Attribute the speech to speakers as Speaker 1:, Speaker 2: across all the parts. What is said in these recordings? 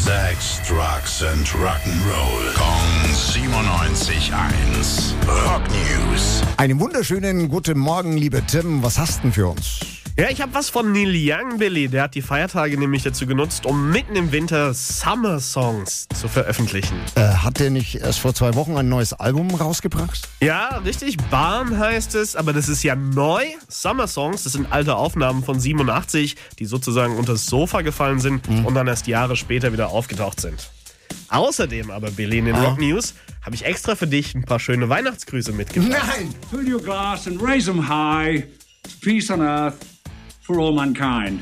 Speaker 1: Sex, Drugs and Rock'n'Roll. Kong 97.1. Rock News.
Speaker 2: Einen wunderschönen guten Morgen, liebe Tim. Was hast denn für uns?
Speaker 3: Ja, ich habe was von Neil Young Billy. Der hat die Feiertage nämlich dazu genutzt, um mitten im Winter Summer Songs zu veröffentlichen.
Speaker 2: Äh, hat der nicht erst vor zwei Wochen ein neues Album rausgebracht?
Speaker 3: Ja, richtig, Barn heißt es, aber das ist ja neu. Summer Songs, das sind alte Aufnahmen von 87, die sozusagen unter das Sofa gefallen sind und dann erst Jahre später wieder aufgetaucht sind. Außerdem aber, Billy, in den Rock News habe ich extra für dich ein paar schöne Weihnachtsgrüße mitgebracht.
Speaker 2: Nein!
Speaker 4: Fill your glass and raise them high. Peace on earth for all mankind.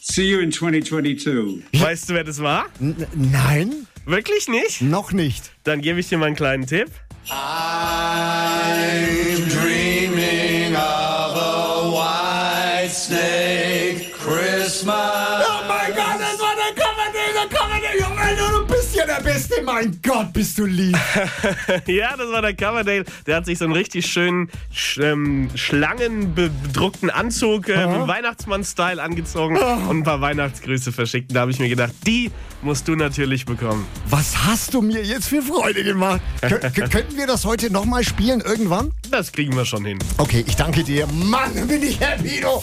Speaker 4: See you in 2022.
Speaker 3: Weißt du, wer das war?
Speaker 2: N nein,
Speaker 3: Wirklich nicht?
Speaker 2: noch nicht.
Speaker 3: Dann gebe ich dir mal einen kleinen Tipp.
Speaker 1: I'm dreaming of a white snake Christmas.
Speaker 2: Oh mein Gott, das war eine Comedy, eine Comedy, Junge, du bist ja der Beste. Mein Gott, bist du lieb.
Speaker 3: Ja, das war der Coverdale. Der hat sich so einen richtig schönen sch ähm, schlangenbedruckten Anzug äh, im Weihnachtsmann-Style angezogen und ein paar Weihnachtsgrüße verschickt. Und da habe ich mir gedacht, die musst du natürlich bekommen.
Speaker 2: Was hast du mir jetzt für Freude gemacht? Kö kö- könnten wir das heute nochmal spielen, irgendwann?
Speaker 3: Das kriegen wir schon hin.
Speaker 2: Okay, ich danke dir. Mann, bin ich happy, du.
Speaker 1: Rock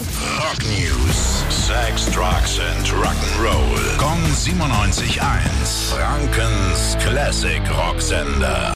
Speaker 1: News. Sex, Drugs and Rock'n'Roll. Gong 97.1. Frankens Classic Rocksender.